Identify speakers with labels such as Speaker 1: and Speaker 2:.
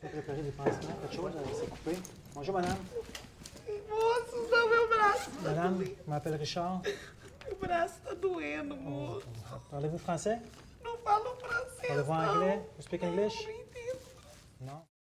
Speaker 1: Fait préparer des pansements, quelque chose, euh, c'est coupé. Bonjour, madame.
Speaker 2: Moço, não, meu braço. tá-
Speaker 1: Madame, je m'appelle Richard.
Speaker 2: Meu braço tá doendo, moço.
Speaker 1: Parlez-vous français?
Speaker 2: Não falo francês,
Speaker 1: Parlez-vous anglais?
Speaker 2: não.
Speaker 1: You speak English?
Speaker 2: Não entendo.
Speaker 1: Non.